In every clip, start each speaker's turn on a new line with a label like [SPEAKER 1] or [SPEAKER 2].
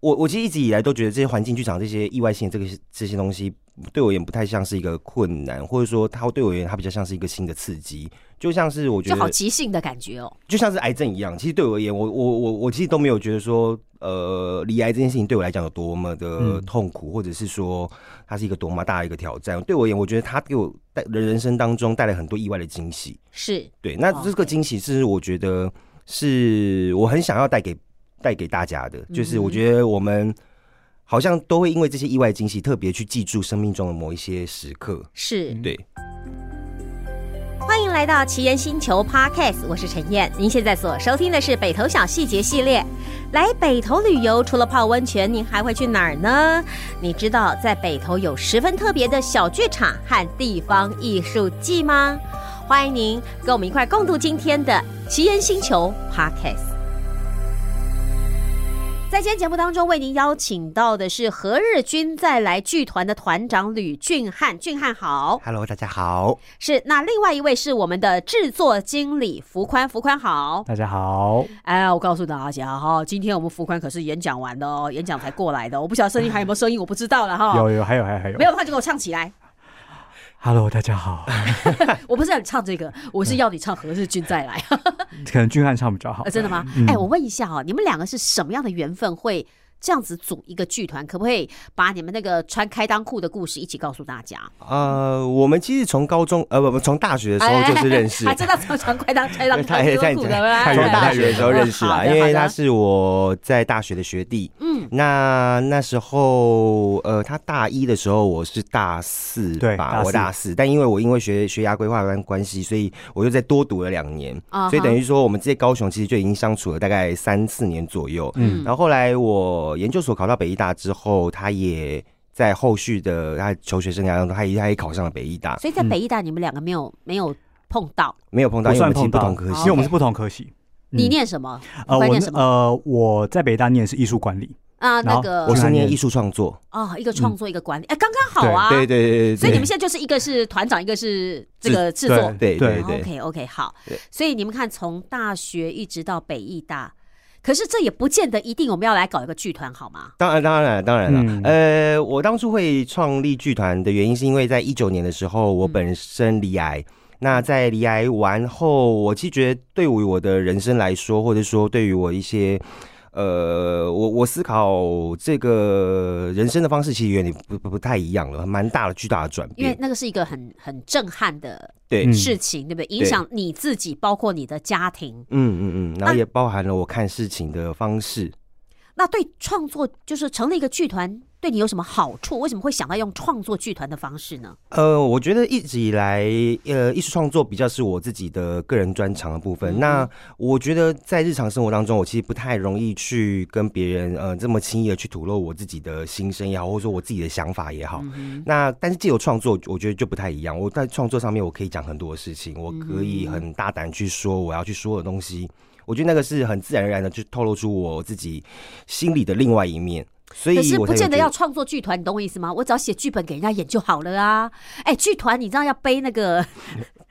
[SPEAKER 1] 我我其实一直以来都觉得这些环境剧场这些意外性的这个这些东西，对我而言不太像是一个困难，或者说它对我而言它比较像是一个新的刺激，就像是我觉
[SPEAKER 2] 就好
[SPEAKER 1] 得
[SPEAKER 2] 即兴的感觉哦。
[SPEAKER 1] 就像是癌症一样，其实对我而言，我我我我其实都没有觉得说，呃，离癌这件事情对我来讲有多么的
[SPEAKER 3] 嗯
[SPEAKER 1] 痛苦，或者是说它是一个多么大的一个挑战。对我而言，我觉得它给我带人人生当中带来很多意外的惊喜。
[SPEAKER 2] 是，
[SPEAKER 1] 对，那这个
[SPEAKER 2] OK
[SPEAKER 1] 惊喜是我觉得是我很想要带给带给大家的，就是我觉得我们好像都会因为这些意外惊喜，特别去记住生命中的某一些时刻。
[SPEAKER 2] 是，
[SPEAKER 1] 对，
[SPEAKER 2] 欢迎来到奇人星球 Podcast，我是陈燕。您现在所收听的是北投小细节系列。来北投旅游，除了泡温泉，您还会去哪儿呢？你知道在北投有十分特别的小剧场和地方艺术季吗？欢迎您跟我们一块共度今天的奇人星球 Podcast。在今天节目当中，为您邀请到的是何日君再来剧团的团长吕俊汉，俊汉好。
[SPEAKER 1] ，Hello，大家好。
[SPEAKER 2] 是，那另外一位是我们的制作经理福宽，福宽好。
[SPEAKER 3] 大家好，
[SPEAKER 2] 哎，我告诉大家哈，今天我们福宽可是演讲完的哦，演讲才过来的，我不晓得声音还有没有声音，我不知道了哈。
[SPEAKER 3] 有有还有还有还有
[SPEAKER 2] 没有的话就给我唱起来。
[SPEAKER 3] ，Hello，大 家好，
[SPEAKER 2] 我不是要你唱这个，我是要你唱《何日君再来》
[SPEAKER 3] 可能俊汉唱比较好
[SPEAKER 2] 呃，，真的吗？哎，我问一下哦，你们两个是什么样的缘分会这样子组一个剧团？可不可以把你们那个穿开裆裤的故事一起告诉大家？
[SPEAKER 1] 呃，我们其实从高中，呃，不不，从大学的时
[SPEAKER 2] 哎
[SPEAKER 1] 候就是认识。
[SPEAKER 2] 还知道穿穿开裆、开裆
[SPEAKER 1] 对他也在
[SPEAKER 2] 穿
[SPEAKER 1] 你
[SPEAKER 2] 裤
[SPEAKER 1] 从
[SPEAKER 2] 的吗？
[SPEAKER 3] 太远了
[SPEAKER 1] 大学的时候认识
[SPEAKER 2] 好
[SPEAKER 1] 啦，
[SPEAKER 2] 的
[SPEAKER 1] 因为
[SPEAKER 2] 好
[SPEAKER 1] 他
[SPEAKER 2] 的
[SPEAKER 1] 是我在大学的学弟。
[SPEAKER 2] 嗯，
[SPEAKER 1] 那那时候，呃，他大一的时候，我是大四
[SPEAKER 3] 对
[SPEAKER 1] 吧，
[SPEAKER 3] 大四
[SPEAKER 1] 我大四，但因为我因为学学涯规划关关系，所以我又再多读了两年
[SPEAKER 2] 啊哈
[SPEAKER 1] 所以等于说我们这些高雄其实就已经相处了大概三四年左右。
[SPEAKER 2] 嗯
[SPEAKER 1] 然后后来我研究所考到北医大之后，他也在后续的他求学生涯当中，他也他也考上了北医大，
[SPEAKER 2] 所以在北医大你们两个没有、没有碰到，
[SPEAKER 1] 没有碰到，
[SPEAKER 3] 不
[SPEAKER 1] 因为我
[SPEAKER 3] 算
[SPEAKER 1] 们其实
[SPEAKER 3] 碰
[SPEAKER 1] 不
[SPEAKER 3] 到，
[SPEAKER 1] 同科
[SPEAKER 2] 系
[SPEAKER 3] 因为我们是不同科系。嗯
[SPEAKER 2] 你念什么？
[SPEAKER 3] 呃，
[SPEAKER 2] 你
[SPEAKER 3] 我
[SPEAKER 2] 念
[SPEAKER 3] 那
[SPEAKER 2] 什么？
[SPEAKER 3] 呃，我在北大念是艺术管理，
[SPEAKER 2] 啊，
[SPEAKER 3] 然
[SPEAKER 2] 那
[SPEAKER 3] 后
[SPEAKER 2] 个
[SPEAKER 1] 我是念艺术创作，
[SPEAKER 2] 哦，一个创作，一个管理，哎，刚刚好啊。
[SPEAKER 1] 对对对对对，
[SPEAKER 2] 所以你们现在就是一个是团长，一个是这个制作。
[SPEAKER 1] 对对
[SPEAKER 2] OK OK，好
[SPEAKER 1] 对。
[SPEAKER 2] 所以你们看，从大学一直到北艺大，可是这也不见得一定我们要来搞一个剧团，好吗？
[SPEAKER 1] 当然，当然，当然了。
[SPEAKER 3] 嗯
[SPEAKER 1] 呃，我当初会创立剧团的原因，是因为在一九年的时候，
[SPEAKER 2] 嗯
[SPEAKER 1] 我本身罹癌。那在罹癌完后，我其实觉得对于我的人生来说，或者说对于我一些。呃，我我思考这个人生的方式，其实有点不不不太一样了，蛮大的巨大的转
[SPEAKER 2] 因为
[SPEAKER 1] 变。
[SPEAKER 2] 那个是一个很很震撼的
[SPEAKER 1] 对，
[SPEAKER 3] 嗯
[SPEAKER 1] 嗯
[SPEAKER 2] 事情，对不对？影响你自己，包括你的家庭。
[SPEAKER 1] 嗯嗯，然后
[SPEAKER 2] 那
[SPEAKER 1] 也包含了我看事情的方式。
[SPEAKER 2] 那对创作，就是成立一个剧团，对你有什么好处？为什么会想到用创作剧团的方式呢？
[SPEAKER 1] 呃，我觉得一直以来，呃，艺术创作比较是我自己的个人专长的部分。
[SPEAKER 2] 嗯
[SPEAKER 1] 那我觉得在日常生活当中，我其实不太容易去跟别人呃这么轻易的去吐露我自己的心声也好，或者说我自己的想法也好。
[SPEAKER 2] 嗯
[SPEAKER 1] 那但是借由创作，我觉得就不太一样。我在创作上面，我可以讲很多事情，我可以很大胆去说我要去说的东西。我觉得那个是很自然而然的，去透露出我自己心里的另外一面。所以
[SPEAKER 2] 可是
[SPEAKER 1] 我才
[SPEAKER 2] 不
[SPEAKER 1] 有
[SPEAKER 2] 见得
[SPEAKER 1] 觉
[SPEAKER 2] 要创作剧团，你懂我意思吗？我只要写剧本给人家演就好了啊！哎，剧团你知道要背那 个，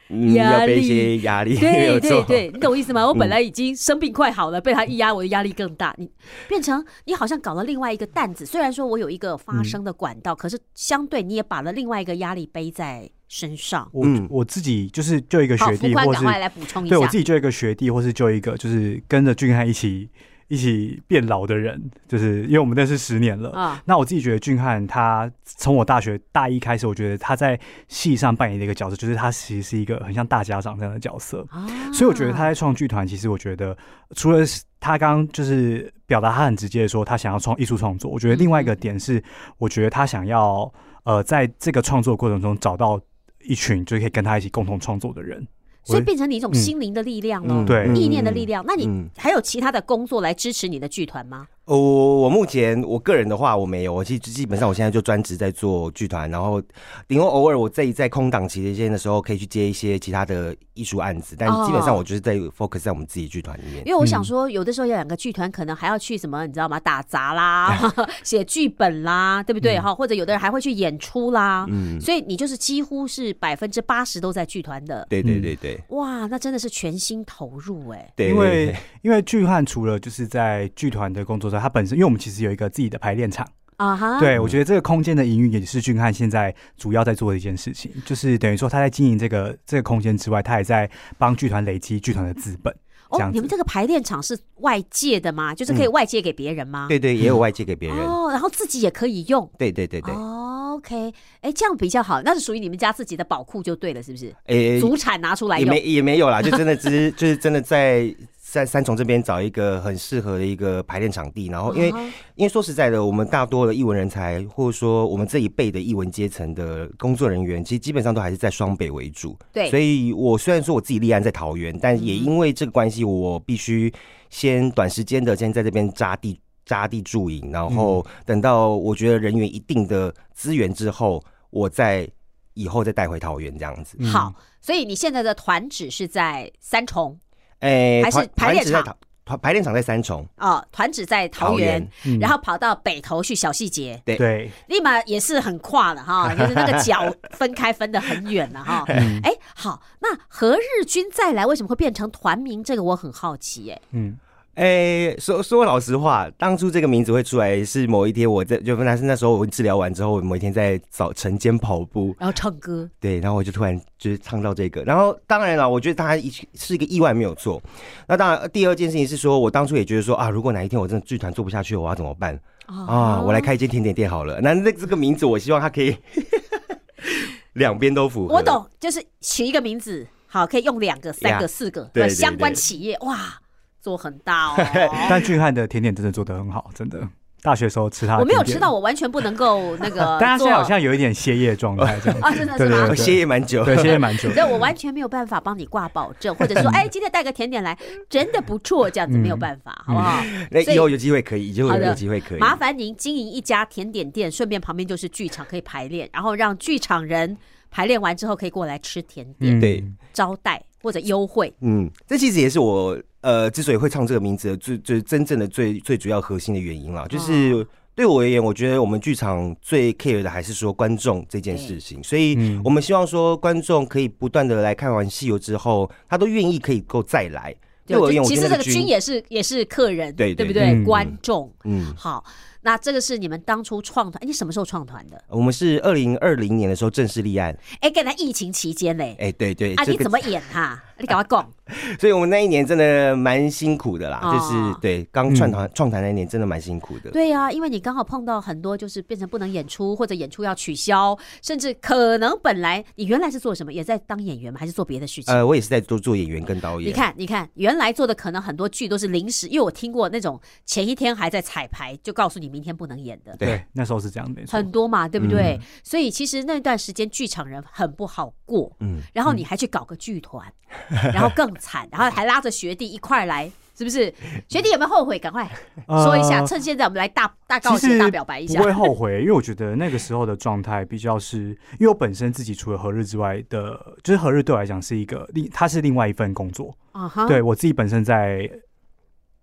[SPEAKER 1] 嗯
[SPEAKER 2] 压
[SPEAKER 1] 要背一
[SPEAKER 2] 力
[SPEAKER 1] 些压力，没有
[SPEAKER 2] 对对
[SPEAKER 1] 错
[SPEAKER 2] 对，你懂我意
[SPEAKER 3] 嗯
[SPEAKER 2] 思吗？我本来已经生病快好了，被他一压，我的压力更大。你变成你好像搞了另外一个担子，虽然说我有一个发声的管道，可是相对你也把了另外一个压力背在身上。
[SPEAKER 3] 我
[SPEAKER 1] 嗯
[SPEAKER 3] 我自己就是就一个
[SPEAKER 2] 好，
[SPEAKER 3] 学
[SPEAKER 2] 福
[SPEAKER 3] 弟，
[SPEAKER 2] 宽
[SPEAKER 3] 或
[SPEAKER 2] 赶
[SPEAKER 3] 是
[SPEAKER 2] 快来补充一
[SPEAKER 3] 对我
[SPEAKER 2] 下
[SPEAKER 3] 自。己就一个学弟，或是就一个就是跟着俊汉一起一起变老的人，就是因为我们认识十年了。
[SPEAKER 2] 啊，
[SPEAKER 3] 那我自己觉得俊汉他从我大学大一开始，我觉得他在戏上扮演的一个角色，就是他其实是一个很像大家长这样的角色。
[SPEAKER 2] 啊
[SPEAKER 3] 所以我
[SPEAKER 1] 嗯
[SPEAKER 3] 觉得他在创剧团，其实我觉得除了是他刚刚就是表达他很直接的说他想要创艺术创作，我觉得另
[SPEAKER 1] 嗯
[SPEAKER 3] 外一个点是，我觉得他想要呃在这个创作过程中找到一群就可以跟他一起共同创作的人。
[SPEAKER 2] 所以
[SPEAKER 3] 我
[SPEAKER 2] 变成你一种
[SPEAKER 3] 嗯
[SPEAKER 2] 心灵的力量喽，
[SPEAKER 1] 嗯
[SPEAKER 3] 对
[SPEAKER 2] 意念的力。量。那你
[SPEAKER 1] 嗯
[SPEAKER 2] 还有其他的工作来支持你的剧团吗？
[SPEAKER 1] 我我目前我个人的话，我没有，我其实基本上我现在就专职在做剧团，然后顶多偶尔我自己在空档期间的时候，可以去接一些其他的艺术案子，但
[SPEAKER 2] 哦
[SPEAKER 1] 基本上我就是在 focus 在我们自己剧团里面。
[SPEAKER 2] 因为我想说，有的时候有两个剧团可能还要去什么，你知道吗？打杂 啦，写剧本啦，对不对？哈、或者有的人还会去演出啦。
[SPEAKER 1] 嗯，
[SPEAKER 2] 所以你就是几乎是百分之八十都在剧团的，
[SPEAKER 1] 对对对对
[SPEAKER 2] 哇，那真的是全心投入哎、
[SPEAKER 1] 对，
[SPEAKER 3] 因
[SPEAKER 1] 对
[SPEAKER 3] 为
[SPEAKER 1] 对
[SPEAKER 3] 因为巨汉除了就是在剧团的工作之后，它本身因为我们其实有一个自己的排练场。
[SPEAKER 2] 啊哈，
[SPEAKER 3] 对，我觉得这个空间的营运也是俊汉现在主要在做的一件事情，就是等于说他在经营这个这个空间之外，他也在帮剧团累积剧团的资本。这
[SPEAKER 2] 哦，
[SPEAKER 3] 样
[SPEAKER 2] 你们
[SPEAKER 3] 子，
[SPEAKER 2] 这个排练场是外借的吗？就是可以外借给别人吗？
[SPEAKER 1] 对对，也有外嗯借给别人。
[SPEAKER 2] 哦，然后自己也可以用。
[SPEAKER 1] 对对对对，
[SPEAKER 2] 哦，OK，哎，这样比较好，那是属于你们家自己的宝库就对了，是不是？
[SPEAKER 1] 诶、
[SPEAKER 2] 祖产拿出来
[SPEAKER 1] 呃也
[SPEAKER 2] 用
[SPEAKER 1] 没，也没有 啦，就真的只是就是真的在在三重这边找一个很适合的一个排练场地，然后因为、
[SPEAKER 2] 啊哈
[SPEAKER 1] 因为说实在的，我们大多的艺文人才，或者说我们这一辈的艺文阶层的工作人员，其实基本上都还是在双北为主。
[SPEAKER 2] 对嗯
[SPEAKER 1] 所以我虽然说我自己立案在桃园，但也因为这个关系，我必须先短时间的先在这边扎地扎地驻营，然后
[SPEAKER 2] 嗯
[SPEAKER 1] 等到我觉得人员一定的资源之后，我再以后再带回桃园这样子。
[SPEAKER 2] 好，所以你现在的团址是在三重
[SPEAKER 1] 哎、
[SPEAKER 2] 还是
[SPEAKER 1] 团
[SPEAKER 2] 排练
[SPEAKER 1] 团址在
[SPEAKER 2] 场
[SPEAKER 1] 桃团排练场在三重，
[SPEAKER 2] 哦，团址在桃
[SPEAKER 1] 桃
[SPEAKER 2] 园
[SPEAKER 1] 园，
[SPEAKER 3] 嗯
[SPEAKER 2] 然后跑到北投去小细节，
[SPEAKER 1] 对
[SPEAKER 3] 对，
[SPEAKER 2] 立马也是很跨了哈，就是那个脚分开分得很远了哈。哎，好，那何日君再来为什么会变成团名？这个我很好奇耶。
[SPEAKER 3] 嗯，。
[SPEAKER 1] 哎、说说老实话，当初这个名字会出来是某一天我在，就那是那时候我治疗完之后，某一天在早晨间跑步，
[SPEAKER 2] 然后唱歌，
[SPEAKER 1] 对，然后我就突然就是唱到这个，然后当然了，我觉得它一是一个意外没有错。那当然，第二件事情是说，我当初也觉得说啊，如果哪一天我真的剧团做不下去，我要怎么办啊？我来开一间甜点店好了。那那这个名字，我希望它可以 两边都符合。
[SPEAKER 2] 我。懂，就是取一个名字，好，可以用两个、三个、
[SPEAKER 1] 呀
[SPEAKER 2] 四个，
[SPEAKER 1] 对对对
[SPEAKER 2] 相关企业哇，做很大哦
[SPEAKER 3] 但俊汉的甜点真的做得很好，真的。大学时候吃他，。
[SPEAKER 2] 我没有吃到，，我完全不能够那个
[SPEAKER 3] 但他现在好
[SPEAKER 2] 做
[SPEAKER 3] 像有一点歇业状态，这样
[SPEAKER 2] 啊，真的是
[SPEAKER 3] 对对
[SPEAKER 2] 吗
[SPEAKER 3] 对
[SPEAKER 1] 我？歇业蛮久，
[SPEAKER 3] 对，歇业蛮久的。
[SPEAKER 2] 对，我完全没有办法帮你挂保证，或者 说，哎，今天带个甜点来，真的不错，这样子没有办法，好不好？
[SPEAKER 1] 那
[SPEAKER 2] 所以
[SPEAKER 1] 以后有机会可以，以后
[SPEAKER 2] 好的
[SPEAKER 1] 有机会可以。
[SPEAKER 2] 麻烦您经营一家甜点店，顺便旁边就是剧场可以排练，然后让剧场人排练完之后可以过来吃甜点，
[SPEAKER 3] 嗯
[SPEAKER 1] 对，
[SPEAKER 2] 招待或者优惠。
[SPEAKER 1] 嗯，这其实也是我呃之所以会唱这个名字的最最真正的最最主要核心的原因啦，
[SPEAKER 2] 哦
[SPEAKER 1] 就是。对我而言，我觉得我们剧场最 care 的还是说观众这件事情，所以
[SPEAKER 3] 嗯
[SPEAKER 1] 我们希望说观众可以不断的来看完戏游之后，他都愿意可以够再来。对我而言，我
[SPEAKER 2] 就其
[SPEAKER 1] 觉得
[SPEAKER 2] 实
[SPEAKER 1] 那个
[SPEAKER 2] 这个
[SPEAKER 1] 军
[SPEAKER 2] 军，也是也是客人，
[SPEAKER 1] 对
[SPEAKER 2] 对不
[SPEAKER 1] 对
[SPEAKER 2] 对？
[SPEAKER 3] 嗯
[SPEAKER 2] 观众。
[SPEAKER 1] 嗯，
[SPEAKER 2] 好，那这个是你们当初创团，哎，你什么时候创团的？
[SPEAKER 1] 我们是二零二零年的时候正式立案，
[SPEAKER 2] 哎，刚才疫情期间嘞。
[SPEAKER 1] 哎，对对，
[SPEAKER 2] 啊，
[SPEAKER 1] 这
[SPEAKER 2] 你
[SPEAKER 1] 个
[SPEAKER 2] 怎么演哈、你赶快讲，
[SPEAKER 1] 所以我们那一年真的蛮辛苦的啦，
[SPEAKER 2] 哦
[SPEAKER 1] 就是对刚创团创团那一年真的蛮辛苦的，
[SPEAKER 2] 对啊，因为你刚好碰到很多就是变成不能演出，或者演出要取消，甚至可能本来你原来是做什么，也在当演员吗？还是做别的事情？
[SPEAKER 1] 呃，我也是在做做演员跟导演。
[SPEAKER 2] 你看，你看，原来做的可能很多剧都是临时，因为我听过那种前一天还在彩排，就告诉你明天不能演的，
[SPEAKER 1] 对
[SPEAKER 3] 对，那时候是这样，没错。
[SPEAKER 2] 很多嘛，对不对？
[SPEAKER 3] 嗯
[SPEAKER 2] 所以其实那段时间剧场人很不好过，
[SPEAKER 1] 嗯
[SPEAKER 2] 然后你还去搞个剧团，然后更惨，然后还拉着学弟一块来，是不是？学弟有没有后悔？赶快说一下，
[SPEAKER 3] 呃
[SPEAKER 2] 趁现在我们来大大告
[SPEAKER 3] 其
[SPEAKER 2] 解、
[SPEAKER 3] 实
[SPEAKER 2] 大表白一下
[SPEAKER 3] 不。会后悔，因为我觉得那个时候的状态比较是，因为我本身自己除了何日之外的，就是何日对我来讲是一个另，它是另外一份工作。
[SPEAKER 2] 啊哈，
[SPEAKER 3] 对我自己本身在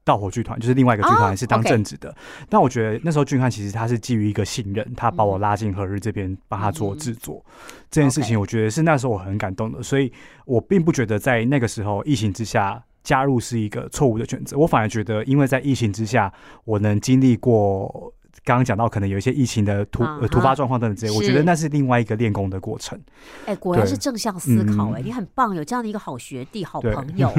[SPEAKER 3] 盗火剧团，就是另外一个剧团
[SPEAKER 2] 哦
[SPEAKER 3] 是当
[SPEAKER 2] OK
[SPEAKER 3] 正职的。但我觉得那时候俊汉其实他是基于一个信任，他把
[SPEAKER 2] 嗯
[SPEAKER 3] 我拉进何日这边帮他做制作、这件事情，我觉得是那时候我很感动的，所以我并不觉得在那个时候疫情之下。加入是一个错误的选择，我反而觉得，因为在疫情之下，我能经历过刚刚讲到可能有一些疫情的突、
[SPEAKER 2] 啊哈
[SPEAKER 3] 呃、突发状况等等之类，我觉
[SPEAKER 2] 是
[SPEAKER 3] 得那是另外一个练功的过程。
[SPEAKER 2] 哎，果然
[SPEAKER 3] 对
[SPEAKER 2] 是正向思考，
[SPEAKER 3] 嗯
[SPEAKER 2] 哎，你很棒，有这样的一个好学弟、好
[SPEAKER 3] 对
[SPEAKER 2] 朋友，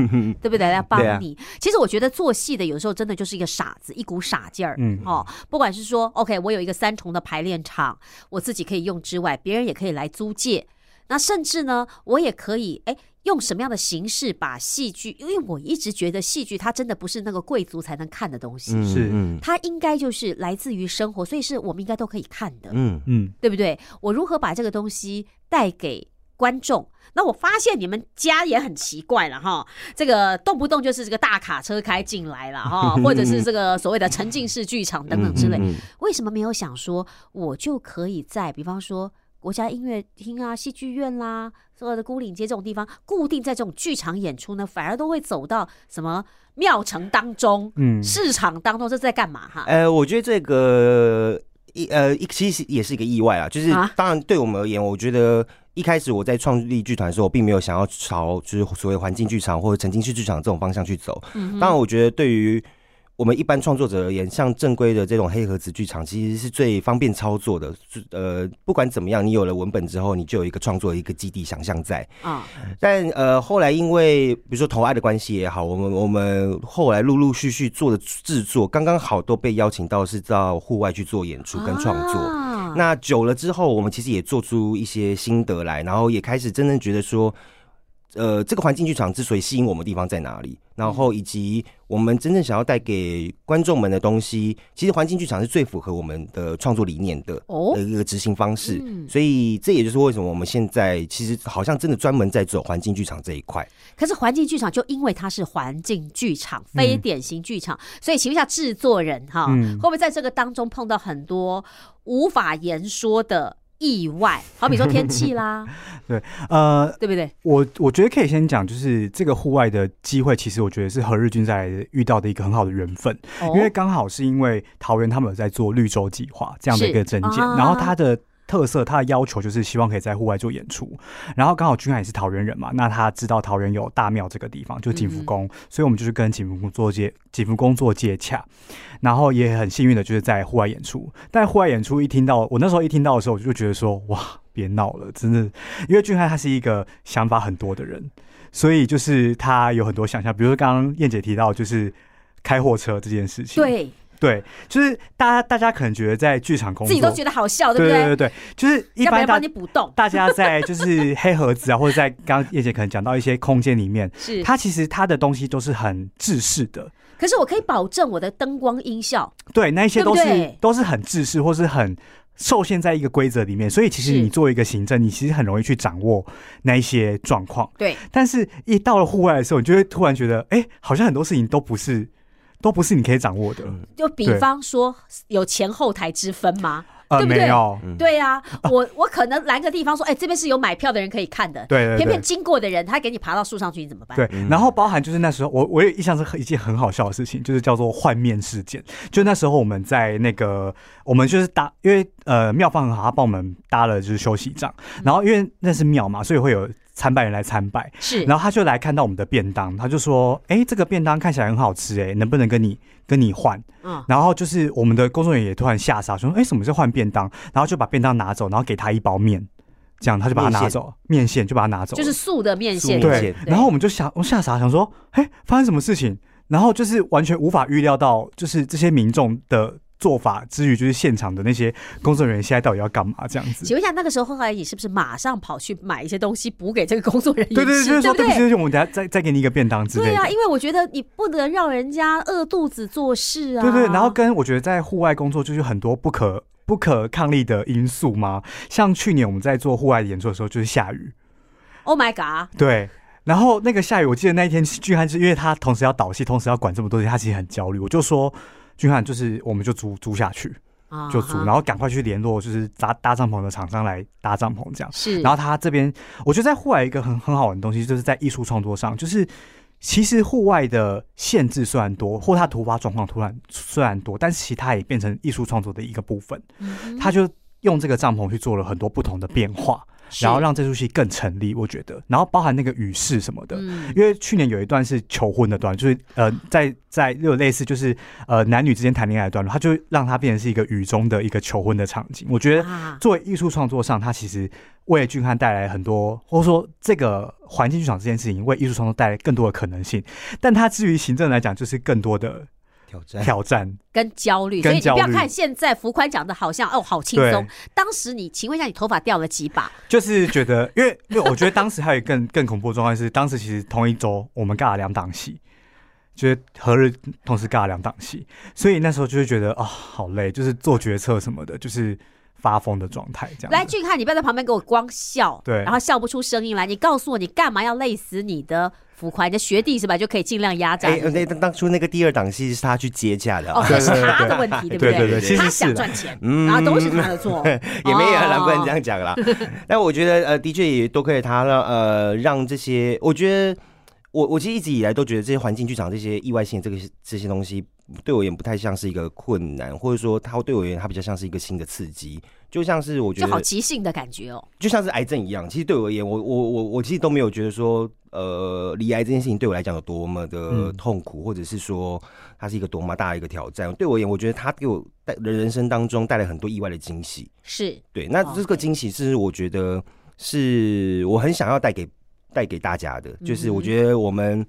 [SPEAKER 2] 对不 对？来帮
[SPEAKER 1] 对啊
[SPEAKER 2] 你。其实我觉得做戏的有时候真的就是一个傻子，一股傻劲儿，
[SPEAKER 3] 嗯
[SPEAKER 2] 哦，不管是说 OK，我有一个三重的排练场，我自己可以用之外，别人也可以来租借。那甚至呢，我也可以哎，用什么样的形式把戏剧？因为我一直觉得戏剧它真的不是那个贵族才能看的东西，
[SPEAKER 1] 嗯
[SPEAKER 3] 是
[SPEAKER 1] 嗯
[SPEAKER 2] 它应该就是来自于生活，所以是我们应该都可以看的。
[SPEAKER 1] 嗯，
[SPEAKER 3] 嗯，
[SPEAKER 2] 对不对？我如何把这个东西带给观众？那我发现你们家也很奇怪了哈，这个动不动就是这个大卡车开进来了 哈，或者是这个所谓的沉浸式剧场等等之类，
[SPEAKER 1] 嗯嗯
[SPEAKER 2] 为什么没有想说我就可以在比方说国家音乐厅啊、戏剧院啦、所有的孤岭街这种地方，固定在这种剧场演出呢？反而都会走到什么庙城当中、
[SPEAKER 3] 嗯
[SPEAKER 2] 市场当中，这是在干嘛哈？
[SPEAKER 1] 呃，我觉得这个一呃，一其实也是一个意外啊，就是
[SPEAKER 2] 啊
[SPEAKER 1] 当然对我们而言，我觉得。一开始我在创立剧团的时候，我并没有想要
[SPEAKER 2] 嗯
[SPEAKER 1] 朝就是所谓环境剧场或者沉浸式剧场这种方向去走。当然，我觉得对于我们一般创作者而言，像正规的这种黑盒子剧场，其实是最方便操作的。最呃，不管怎么样，你有了文本之后，你就有一个创作的一个基地想象在。
[SPEAKER 2] 啊，
[SPEAKER 1] 但呃，后来因为比如说投案的关系也好，我们我们后来陆陆续续做的制作，刚刚好都被邀请到是到户外去做演出跟创作。
[SPEAKER 2] 啊
[SPEAKER 1] 那久了之后，我们其实也做出一些心得来，然后也开始真正觉得说，呃，这个环境剧场之所以吸引我们的地方在哪里，然后以及我们真正想要带给观众们的东西，其实环境剧场是最符合我们的创作理念的
[SPEAKER 2] 哦
[SPEAKER 1] 的一个执行方式
[SPEAKER 2] 嗯，
[SPEAKER 1] 所以这也就是为什么我们现在其实好像真的专门在走环境剧场这一块。
[SPEAKER 2] 可是环境剧场就因为它是环境剧场，非典型剧场，所以请问一下制作人哈，
[SPEAKER 3] 嗯
[SPEAKER 2] 会不会在这个当中碰到很多无法言说的意外？好比说天气 啦，
[SPEAKER 3] 呃，
[SPEAKER 2] 对不对？
[SPEAKER 3] 我我觉得可以先讲，就是这个户外的机会，其实我觉得是何日君在遇到的一个很好的缘分，
[SPEAKER 2] 哦
[SPEAKER 3] 因为刚好是因为桃园他们有在做绿洲计划这样的一个证件，
[SPEAKER 2] 是啊
[SPEAKER 3] 然后它的。特色，它的要求就是希望可以在户外做演出，然后刚好君海也是桃园人嘛，那他知道桃园有大庙这个地方，就景福
[SPEAKER 2] 嗯
[SPEAKER 3] 宫，所以我们就是跟景福宫做接景福宫做接洽，然后也很幸运的就是在户外演出，但户外演出一听到我那时候一听到的时候，我就觉得说哇，别闹了，真的，因为俊汉他是一个想法很多的人，所以就是他有很多想象，比如说刚刚燕姐提到就是开货车这件事情，
[SPEAKER 2] 对
[SPEAKER 3] 对，就是大家大家可能觉得在剧场工作，
[SPEAKER 2] 自己都觉得好笑，对
[SPEAKER 3] 对
[SPEAKER 2] 不
[SPEAKER 3] 对对对，就是一
[SPEAKER 2] 要不
[SPEAKER 3] 般
[SPEAKER 2] 然
[SPEAKER 3] 大
[SPEAKER 2] 帮你补洞
[SPEAKER 3] 大家在就是黑盒子啊，或者在刚刚燕姐可能讲到一些空间里面，
[SPEAKER 2] 是。
[SPEAKER 3] 它其实它的东西都是很制式的，
[SPEAKER 2] 可是我可以保证我的灯光音效
[SPEAKER 3] 对，那一些
[SPEAKER 2] 对不
[SPEAKER 3] 都是
[SPEAKER 2] 对
[SPEAKER 3] 都是很制式或是很受限在一个规则里面，所以其实
[SPEAKER 2] 是
[SPEAKER 3] 你做一个行政，你其实很容易去掌握那一些状况。
[SPEAKER 2] 对，
[SPEAKER 3] 但是一到了户外的时候，你就会突然觉得，哎、好像很多事情都不是都不是你可以掌握的。
[SPEAKER 2] 就比
[SPEAKER 3] 对
[SPEAKER 2] 方说有前后台之分吗？
[SPEAKER 3] 呃，
[SPEAKER 2] 对不对
[SPEAKER 3] 没有，
[SPEAKER 2] 对呀、啊，我我可能来个地方说，哎、这边是有买票的人可以看的，
[SPEAKER 3] 对对对
[SPEAKER 2] 偏偏经过的人他给你爬到树上去，你怎么办？
[SPEAKER 3] 对，然后包含就是那时候，我我有印象是很一件很好笑的事情，就是叫做换面事件。就那时候我们在那个，我们就是搭，因为呃庙方很好，他帮我们搭了就是休息帐，
[SPEAKER 2] 嗯
[SPEAKER 3] 然后因为那是庙嘛，所以会有参拜人来参拜，
[SPEAKER 2] 是，
[SPEAKER 3] 然后他就来看到我们的便当，他就说：“哎、这个便当看起来很好吃、哎，能不能跟你跟你换
[SPEAKER 2] 嗯？”，
[SPEAKER 3] 然后就是我们的工作人员也突然吓傻，说：“哎、什么是换便当？”然后就把便当拿走，然后给他一包面，这样他就把它拿走，面线就把它拿走了，
[SPEAKER 2] 就是素的面线，
[SPEAKER 1] 素面
[SPEAKER 3] 对
[SPEAKER 1] 线。
[SPEAKER 3] 然后我们就想，我吓傻，想说：“哎、发生什么事情？”然后就是完全无法预料到，就是这些民众的做法之余，就是现场的那些工作人员现在到底要干嘛这样子。
[SPEAKER 2] 请问一下，那个时候后来你是不是马上跑去买一些东西补给这个工作人员
[SPEAKER 3] 对对对，就
[SPEAKER 2] 吃，
[SPEAKER 3] 是说
[SPEAKER 2] 不
[SPEAKER 3] 对不
[SPEAKER 2] 对？
[SPEAKER 3] 起，对不起，我们等下再再给你一个便当之类的。
[SPEAKER 2] 对啊，因为我觉得你不能让人家饿肚子做事啊。
[SPEAKER 3] 对对，然后跟我觉得在户外工作就是很多不可不可抗力的因素嘛，像去年我们在做户外演出的时候就是下雨，
[SPEAKER 2] Oh my god，
[SPEAKER 3] 对。然后那个下雨，我记得那一天俊汉是因为他同时要导戏，同时要管这么多东西，他其实很焦虑。我就说，俊汉就是我们就租租下去，
[SPEAKER 2] 啊
[SPEAKER 3] 就租，
[SPEAKER 2] 哈
[SPEAKER 3] 然后赶快去联络就是搭搭帐篷的厂商来搭帐篷这样。
[SPEAKER 2] 是，
[SPEAKER 3] 然后他这边，我觉得在户外一个很很好玩的东西，就是在艺术创作上，就是其实户外的限制虽然多，或它突发状况突然虽然多，但是其实它也变成艺术创作的一个部分。
[SPEAKER 2] 后
[SPEAKER 3] 他就用这个帐篷去做了很多不同的变化，然后让这出戏更成立，我觉得。然后包含那个雨势什么的。
[SPEAKER 2] 嗯
[SPEAKER 3] 因为去年有一段是求婚的段落，就是呃，在在有类似就是呃男女之间谈恋爱的段落，他就让它变成是一个雨中的一个求婚的场景。我觉得
[SPEAKER 2] 啊，
[SPEAKER 3] 作为艺术创作上，它其实为俊汉带来很多，或者说这个环境剧场这件事情为艺术创作带来更多的可能性。但它至于行政来讲，就是更多的
[SPEAKER 1] 挑战
[SPEAKER 3] 挑战。
[SPEAKER 2] 跟焦虑，所
[SPEAKER 3] 跟
[SPEAKER 2] 以你不要
[SPEAKER 3] 焦虑
[SPEAKER 2] 看现在福宽讲的好像哦好轻
[SPEAKER 3] 对
[SPEAKER 2] 松，当时你请问一下，你头发掉了几把？
[SPEAKER 3] 就是觉得，因为因为我觉得当时还有一个更更恐怖的状况是，当时其实同一周我们尬了两档戏，就是何日同时尬了两档戏，所以那时候就会觉得啊、好累，就是做决策什么的，就是发疯的状态这样子。
[SPEAKER 2] 来，俊汉，你不要在旁边给我光笑，
[SPEAKER 3] 对
[SPEAKER 2] 然后笑不出声音来。你告诉我，你干嘛要累死你的浮夸？你的学弟是吧？就可以尽量压 榨
[SPEAKER 1] 哎、
[SPEAKER 2] 你。
[SPEAKER 1] 那那当初那个第二档戏是他去接洽的、
[SPEAKER 2] 哦，
[SPEAKER 1] 啊，
[SPEAKER 2] 这是他的问题，对不
[SPEAKER 3] 对对
[SPEAKER 1] 对
[SPEAKER 3] 其实
[SPEAKER 2] 他
[SPEAKER 3] 是
[SPEAKER 2] 想
[SPEAKER 3] 啦
[SPEAKER 2] 赚钱，
[SPEAKER 1] 嗯
[SPEAKER 2] 然后都是他的错，
[SPEAKER 1] 也没有
[SPEAKER 2] 哦
[SPEAKER 1] 啊，难怪你这样讲啦。 但我觉得呃，的确也多亏了他让呃让这些，我觉得我我其实一直以来都觉得这些环境剧场这些意外性的这个这些东西。对我而言不太像是一个困难，或者说它对我而言它比较像是一个新的刺激。就像是我觉
[SPEAKER 2] 就好
[SPEAKER 1] 得，
[SPEAKER 2] 即兴的感觉哦。
[SPEAKER 1] 就像是癌症一样。其实对我而言，我我我我其实都没有觉得说，呃，离癌这件事情对我来讲有多么的
[SPEAKER 3] 嗯
[SPEAKER 1] 痛苦，或者是说它是一个多么大的一个挑战。对我而言，我觉得它给我带人人生当中带来很多意外的惊喜。
[SPEAKER 2] 是，
[SPEAKER 1] 对，那
[SPEAKER 2] 哦
[SPEAKER 1] 这个
[SPEAKER 2] 对
[SPEAKER 1] 惊喜是我觉得是我很想要带给带给大家的，就是我
[SPEAKER 2] 嗯哼
[SPEAKER 1] 觉得我们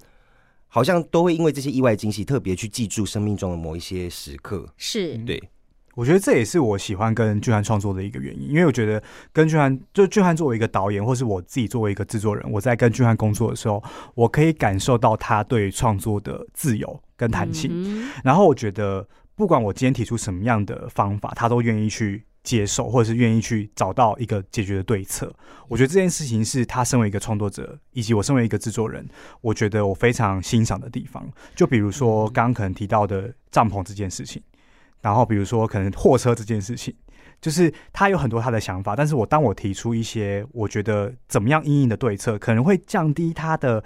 [SPEAKER 1] 好像都会因为这些意外惊喜，特别去记住生命中的某一些时刻。
[SPEAKER 2] 是，
[SPEAKER 3] 嗯
[SPEAKER 1] 对，
[SPEAKER 3] 我觉得这也是我喜欢跟俊涵创作的一个原因，因为我觉得跟俊涵就俊涵作为一个导演，或是我自己作为一个制作人，我在跟俊涵工作的时候，我可以感受到他对创作的自由跟弹性。
[SPEAKER 2] 嗯
[SPEAKER 3] 然后我觉得，不管我今天提出什么样的方法，他都愿意去接受，或者是愿意去找到一个解决的对策。我觉得这件事情是他身为一个创作者，以及我身为一个制作人，我觉得我非常欣赏的地方。就比如说刚刚可能提到的帐篷这件事情，然后比如说可能货车这件事情。就是他有很多他的想法，但是我当我提出一些我觉得怎么样应应的对策，可能会降低他的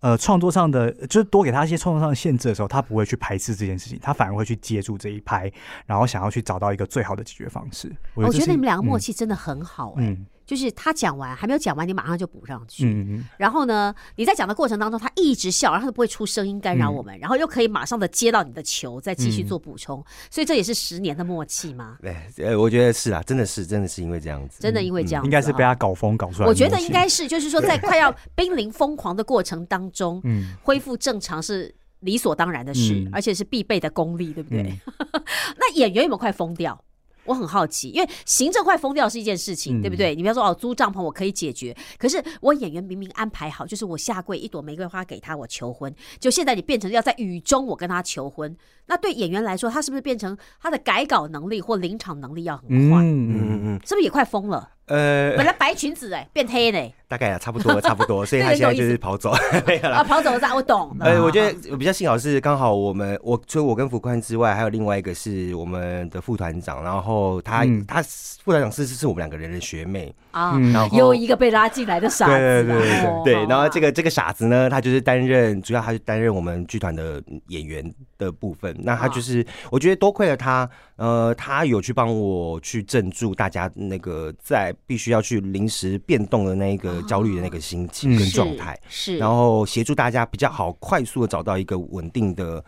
[SPEAKER 3] 呃创作上的，就是多给他一些创作上的限制的时候，他不会去排斥这件事情，他反而会去接住这一拍，然后想要去找到一个最好的解决方式。
[SPEAKER 2] 哦哼。我
[SPEAKER 3] 这
[SPEAKER 2] 觉
[SPEAKER 3] 是
[SPEAKER 2] 得你们两个默，契真的很好哎、
[SPEAKER 3] 嗯
[SPEAKER 2] 就是他讲完还没有讲完，你马上就补上去。
[SPEAKER 3] 嗯嗯
[SPEAKER 2] 然后呢，你在讲的过程当中，他一直笑，然后他都不会出声音干扰我们，然后又可以马上的接到你的球，再继续做补充，所以这也是十年的默契嘛。
[SPEAKER 1] 哎，呃，我觉得是啊，真的是，真的是因为这样子。嗯
[SPEAKER 2] 真的因为这样、
[SPEAKER 3] 应该是被
[SPEAKER 2] 他。
[SPEAKER 3] 他搞疯搞出来的
[SPEAKER 2] 啊我
[SPEAKER 3] 东西。
[SPEAKER 2] 觉得应该是，就是说，在快要濒临疯狂的过程当中，
[SPEAKER 3] 嗯，
[SPEAKER 2] 恢复正常是理所当然的事，
[SPEAKER 3] 嗯
[SPEAKER 2] 而且是必备的功力，对不对？
[SPEAKER 3] 嗯
[SPEAKER 2] 那演员有没有快疯掉？我很好奇，因为行政快疯掉是一件事情，
[SPEAKER 3] 嗯
[SPEAKER 2] 对不对？你不要说哦，租帐篷我可以解决，可是我演员明明安排好，就是我下跪一朵玫瑰花给他，我求婚，就现在你变成要在雨中我跟他求婚，那对演员来说，他是不是变成他的改稿能力或临场能力要很快？
[SPEAKER 3] 嗯嗯
[SPEAKER 1] 嗯嗯
[SPEAKER 2] 是不是也快疯了？
[SPEAKER 1] 嗯，
[SPEAKER 2] 本
[SPEAKER 1] 呃，
[SPEAKER 2] 来白裙子哎、变黑嘞、
[SPEAKER 1] 大概啊，差不多， 差不 多，所以
[SPEAKER 2] 这
[SPEAKER 1] 他
[SPEAKER 2] 个
[SPEAKER 1] 现在
[SPEAKER 2] 有意
[SPEAKER 1] 就是
[SPEAKER 2] 思哦
[SPEAKER 1] 跑走， 没有啦
[SPEAKER 2] 啊，。跑走了是吧，我懂了。
[SPEAKER 3] 哎
[SPEAKER 1] 呃，我觉得我比较幸好是刚好我们我除了我跟福宽之外，还有另外一个是我们的副团长，然后他、
[SPEAKER 3] 嗯
[SPEAKER 1] 他副团长是是是我们两个人的学妹，
[SPEAKER 2] 啊，
[SPEAKER 3] 嗯
[SPEAKER 1] 然后
[SPEAKER 2] 又一个被拉进来的傻子啊。
[SPEAKER 3] 对对对对
[SPEAKER 2] 哦
[SPEAKER 1] 哦对，然后这
[SPEAKER 2] 个
[SPEAKER 1] 个这个傻子呢，他就是担任主要，他是担任我们剧团的演员的部分。那他
[SPEAKER 2] 哦
[SPEAKER 1] 就是，我觉得多亏了他，呃，他有去帮我去镇住大家那个在必须要去临时变动的那一个焦虑的那个心情
[SPEAKER 3] 嗯
[SPEAKER 1] 跟状态，
[SPEAKER 2] 是，
[SPEAKER 1] 然后协助大家比较好快速的找到一个稳定的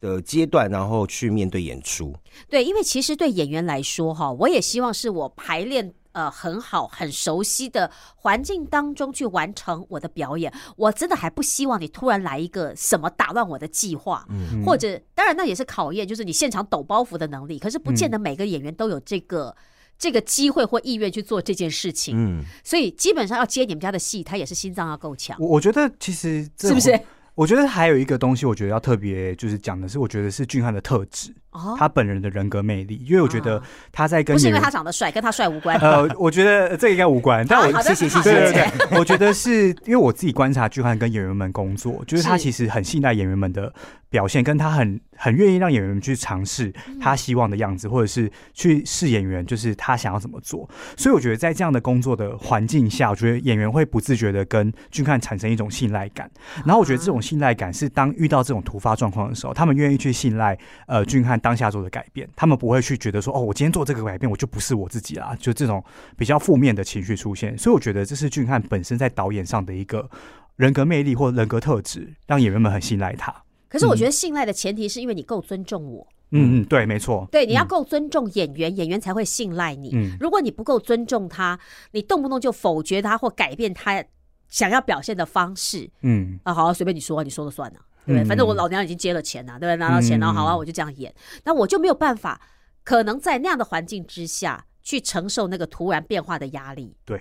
[SPEAKER 1] 的阶段，然后去面对演出。
[SPEAKER 2] 对，因为其实对演员来说哈，我也希望是我排练。呃，很好，很熟悉的环境当中去完成我的表演，我真的还不希望你突然来一个什么打乱我的计划，
[SPEAKER 1] 嗯
[SPEAKER 2] 或者当然那也是考验，就是你现场抖包袱的能力，可是不见
[SPEAKER 1] 嗯
[SPEAKER 2] 得每个演员都有这个、这个机会或意愿去做这件事情，
[SPEAKER 1] 嗯，
[SPEAKER 2] 所以基本上要接你们家的戏，他也是心脏要够强，
[SPEAKER 3] 我我觉得其实这
[SPEAKER 2] 是不是？
[SPEAKER 3] 我觉得还有一个东西，我觉得要特别就是讲的是，我觉得是俊汉的特质，
[SPEAKER 2] 哦，
[SPEAKER 3] 他本人的人格魅力，因为我觉得
[SPEAKER 2] 啊
[SPEAKER 3] 他在跟
[SPEAKER 2] 不是
[SPEAKER 3] 演
[SPEAKER 2] 因为
[SPEAKER 3] 员
[SPEAKER 2] 他长得帅，跟他帅无关。
[SPEAKER 3] 呃，我觉得这个应该无关，但
[SPEAKER 2] 好
[SPEAKER 3] 我
[SPEAKER 2] 好的谢谢好谢谢
[SPEAKER 3] 对对对， 我觉得是因为我自己观察巨汉跟演员们工作， 就是他
[SPEAKER 2] 是
[SPEAKER 3] 其实很信赖演员们的表现，跟他很很愿意让演员们去尝试
[SPEAKER 2] 嗯
[SPEAKER 3] 他希望的样子，或者是去试演员，就是他想要怎么做。所以我觉得在这样的工作的环境下，我觉得演员会不自觉的跟俊汉产生一种信赖感，然后我觉得这种信赖感是当遇到这种突发状况的时候，他们愿意去信赖呃俊汉当下做的改变，他们不会去觉得说哦，我今天做这个改变，我就不是我自己啦，就这种比较负面的情绪出现。所以我觉得这是俊汉本身在导演上的一个人格魅力或人格特质，让演员们很信赖他。
[SPEAKER 2] 可是我觉得信赖的前提是因为你够尊重我，
[SPEAKER 3] 嗯嗯，对，没错，
[SPEAKER 2] 对，你要够尊重演员，演员才会信赖你。
[SPEAKER 3] 嗯
[SPEAKER 2] 如果你不够尊重他，你动不动就否决他或改变他想要表现的方式
[SPEAKER 3] 嗯
[SPEAKER 2] 啊，好啊，随便你说啊，你说了算啊，对不对？
[SPEAKER 3] 嗯
[SPEAKER 2] 反正我老娘已经接了钱啊，对不对？拿到钱了，
[SPEAKER 3] 嗯
[SPEAKER 2] 好啊，我就这样演，那我就没有办法，可能在那样的环境之下去承受那个突然变化的压力。
[SPEAKER 3] 对，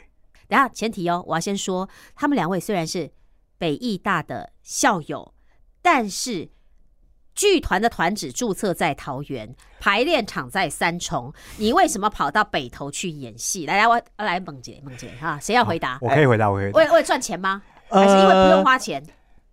[SPEAKER 2] 等一下前提哦，我要先说，他们两位虽然是北艺大的校友，但是剧团的团址注册在桃园，排练场在三重。你为什么跑到北投去演戏？来来，我来猛姐，猛姐哈，谁要回答？
[SPEAKER 3] 我可以回答，我可以回答。
[SPEAKER 2] 为为了赚钱吗？还是因为不用花钱？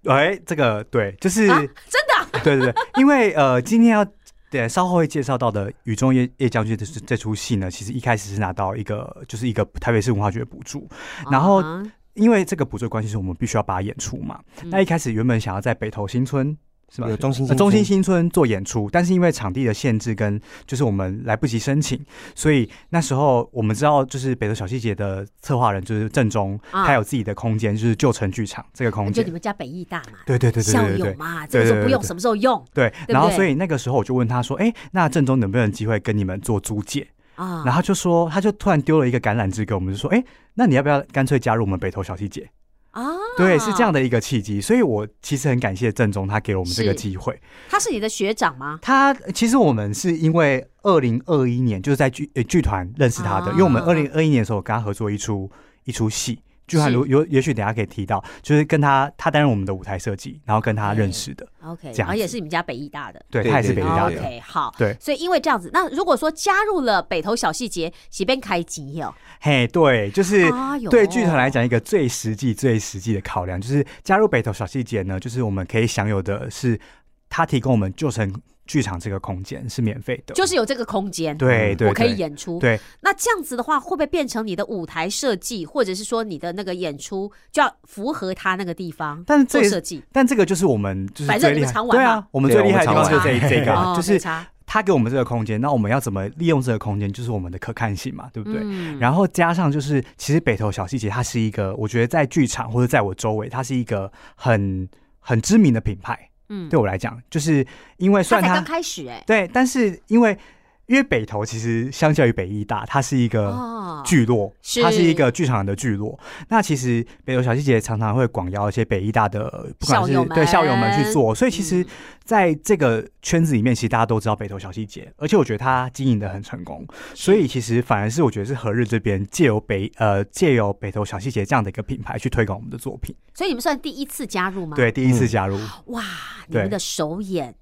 [SPEAKER 3] 呃？哎、这个对，就是、
[SPEAKER 2] 啊真的啊、
[SPEAKER 3] 对对对，因为呃，今天要对稍后会介绍到的《雨中夜夜将军》这这出戏呢，其实一开始是拿到一个就是一个台北市文化局的补助，然后
[SPEAKER 2] 啊嗯
[SPEAKER 3] 因为这个补助的关系，是我们必须要把它演出嘛。那一开始原本想要在北投新村。是吧？
[SPEAKER 1] 有中心
[SPEAKER 3] 呃
[SPEAKER 1] 新
[SPEAKER 3] 中心
[SPEAKER 1] 村
[SPEAKER 3] 新村做演出，但是因为场地的限制跟就是我们来不及申请，所以那时候我们知道，就是北投小细节的策划人就是郑中，
[SPEAKER 2] 啊
[SPEAKER 3] 他有自己的空间，就是旧城剧场这个 空
[SPEAKER 2] 就
[SPEAKER 3] 间
[SPEAKER 2] 你。们家北艺大嘛，
[SPEAKER 3] 对对对对
[SPEAKER 2] 校
[SPEAKER 3] 对
[SPEAKER 2] 友
[SPEAKER 3] 对
[SPEAKER 2] 嘛，这
[SPEAKER 3] 对
[SPEAKER 2] 个时候
[SPEAKER 3] 对
[SPEAKER 2] 不用，
[SPEAKER 3] 对
[SPEAKER 2] 什么时候用
[SPEAKER 3] 对，
[SPEAKER 2] 对
[SPEAKER 3] 然后
[SPEAKER 2] 不
[SPEAKER 3] 所以那个时候我就问他说：“哎，那郑中能不能有机会跟你们做租借？”
[SPEAKER 2] 啊
[SPEAKER 3] 然？后他就说，他就突然丢了一个橄榄枝给我们，就说：“哎，那你要不要干脆加入我们北投小细节？”
[SPEAKER 2] 啊，
[SPEAKER 3] 对，是这样，的一个契机，所以我其实很感谢郑中他给我们这个
[SPEAKER 2] 是
[SPEAKER 3] 机会。
[SPEAKER 2] 他是你的学长吗？
[SPEAKER 3] 他其实我们是因为二零二一年就是在剧呃剧团认识他的，因为我们
[SPEAKER 2] 啊
[SPEAKER 3] 二零二一年的时候我跟他合作一出一出戏。剧团
[SPEAKER 2] 是
[SPEAKER 3] 如有也许等一下可以提到，就是跟他他担任我们的舞台设计，然后跟他认识的，
[SPEAKER 2] OK，
[SPEAKER 3] 这样
[SPEAKER 2] 然后也
[SPEAKER 3] 子
[SPEAKER 2] 是你们家北艺大的。
[SPEAKER 3] 对
[SPEAKER 1] 对
[SPEAKER 3] 他也是
[SPEAKER 1] 对
[SPEAKER 3] 北
[SPEAKER 1] 对
[SPEAKER 3] 艺大
[SPEAKER 1] 对
[SPEAKER 3] 的。
[SPEAKER 2] OK，好，
[SPEAKER 3] 对
[SPEAKER 2] 所以因为这样子，那如果说加入了北投小细节，喜便开机哦，
[SPEAKER 3] 嘿，对，就是
[SPEAKER 2] 哎呦
[SPEAKER 3] 对剧团来讲一个最实际、最实际的考量，就是加入北投小细节呢，就是我们可以享有的是他提供我们旧城剧场这个空间是免费的，
[SPEAKER 2] 就是有这个空间，
[SPEAKER 3] 对
[SPEAKER 1] 嗯
[SPEAKER 3] 对，
[SPEAKER 2] 我可以
[SPEAKER 3] 对
[SPEAKER 2] 演出。
[SPEAKER 3] 对，
[SPEAKER 2] 那这样子的话，会不会变成你的舞台设计，或者是说你的那个演出就要符合他那个地方？
[SPEAKER 3] 但是这
[SPEAKER 2] 做
[SPEAKER 3] 也
[SPEAKER 2] 设计，
[SPEAKER 3] 但这个就是我们就是
[SPEAKER 2] 反正
[SPEAKER 3] 最
[SPEAKER 2] 你
[SPEAKER 3] 厉
[SPEAKER 2] 们
[SPEAKER 3] 害
[SPEAKER 2] 常，玩
[SPEAKER 3] 对
[SPEAKER 2] 嘛
[SPEAKER 3] 啊，我们
[SPEAKER 1] 对
[SPEAKER 3] 最
[SPEAKER 1] 我
[SPEAKER 3] 厉
[SPEAKER 1] 们
[SPEAKER 3] 害的地方
[SPEAKER 1] 常
[SPEAKER 3] 就
[SPEAKER 1] 玩
[SPEAKER 3] 是 这这个啊，
[SPEAKER 2] 哦
[SPEAKER 3] 就
[SPEAKER 2] 没
[SPEAKER 3] 是
[SPEAKER 2] 差
[SPEAKER 3] 他给我们这个空间，那我们要怎么利用这个空间，就是我们的可看性嘛，对不对？
[SPEAKER 2] 嗯
[SPEAKER 3] 然后加上就是，其实北投小细节它是一个，我觉得在剧场或者在我周围，它是一个很很知名的品牌。
[SPEAKER 2] 嗯
[SPEAKER 3] 对我来讲，就是因为虽
[SPEAKER 2] 他才
[SPEAKER 3] 然它
[SPEAKER 2] 刚开始哎，
[SPEAKER 3] 对，但是因为因为北投其实相较于北艺大，它是一个
[SPEAKER 2] 哦
[SPEAKER 3] 聚落，
[SPEAKER 2] 是
[SPEAKER 3] 它是一个剧场的聚落。那其实北投小细节常常会广邀一些北医大的不管
[SPEAKER 2] 校友
[SPEAKER 3] 是
[SPEAKER 2] 们
[SPEAKER 3] 对校友们去做，所以其实
[SPEAKER 2] 嗯
[SPEAKER 3] 在这个圈子里面，其实大家都知道北投小细节，而且我觉得它经营的很成功，所以其实反而是我觉得是和日这边借由北呃借由北投小细节这样的一个品牌去推广我们的作品，
[SPEAKER 2] 所以你们算第一次加入吗？，
[SPEAKER 3] 对，第一次加入，
[SPEAKER 2] 哇，你们
[SPEAKER 3] 对
[SPEAKER 2] 的首演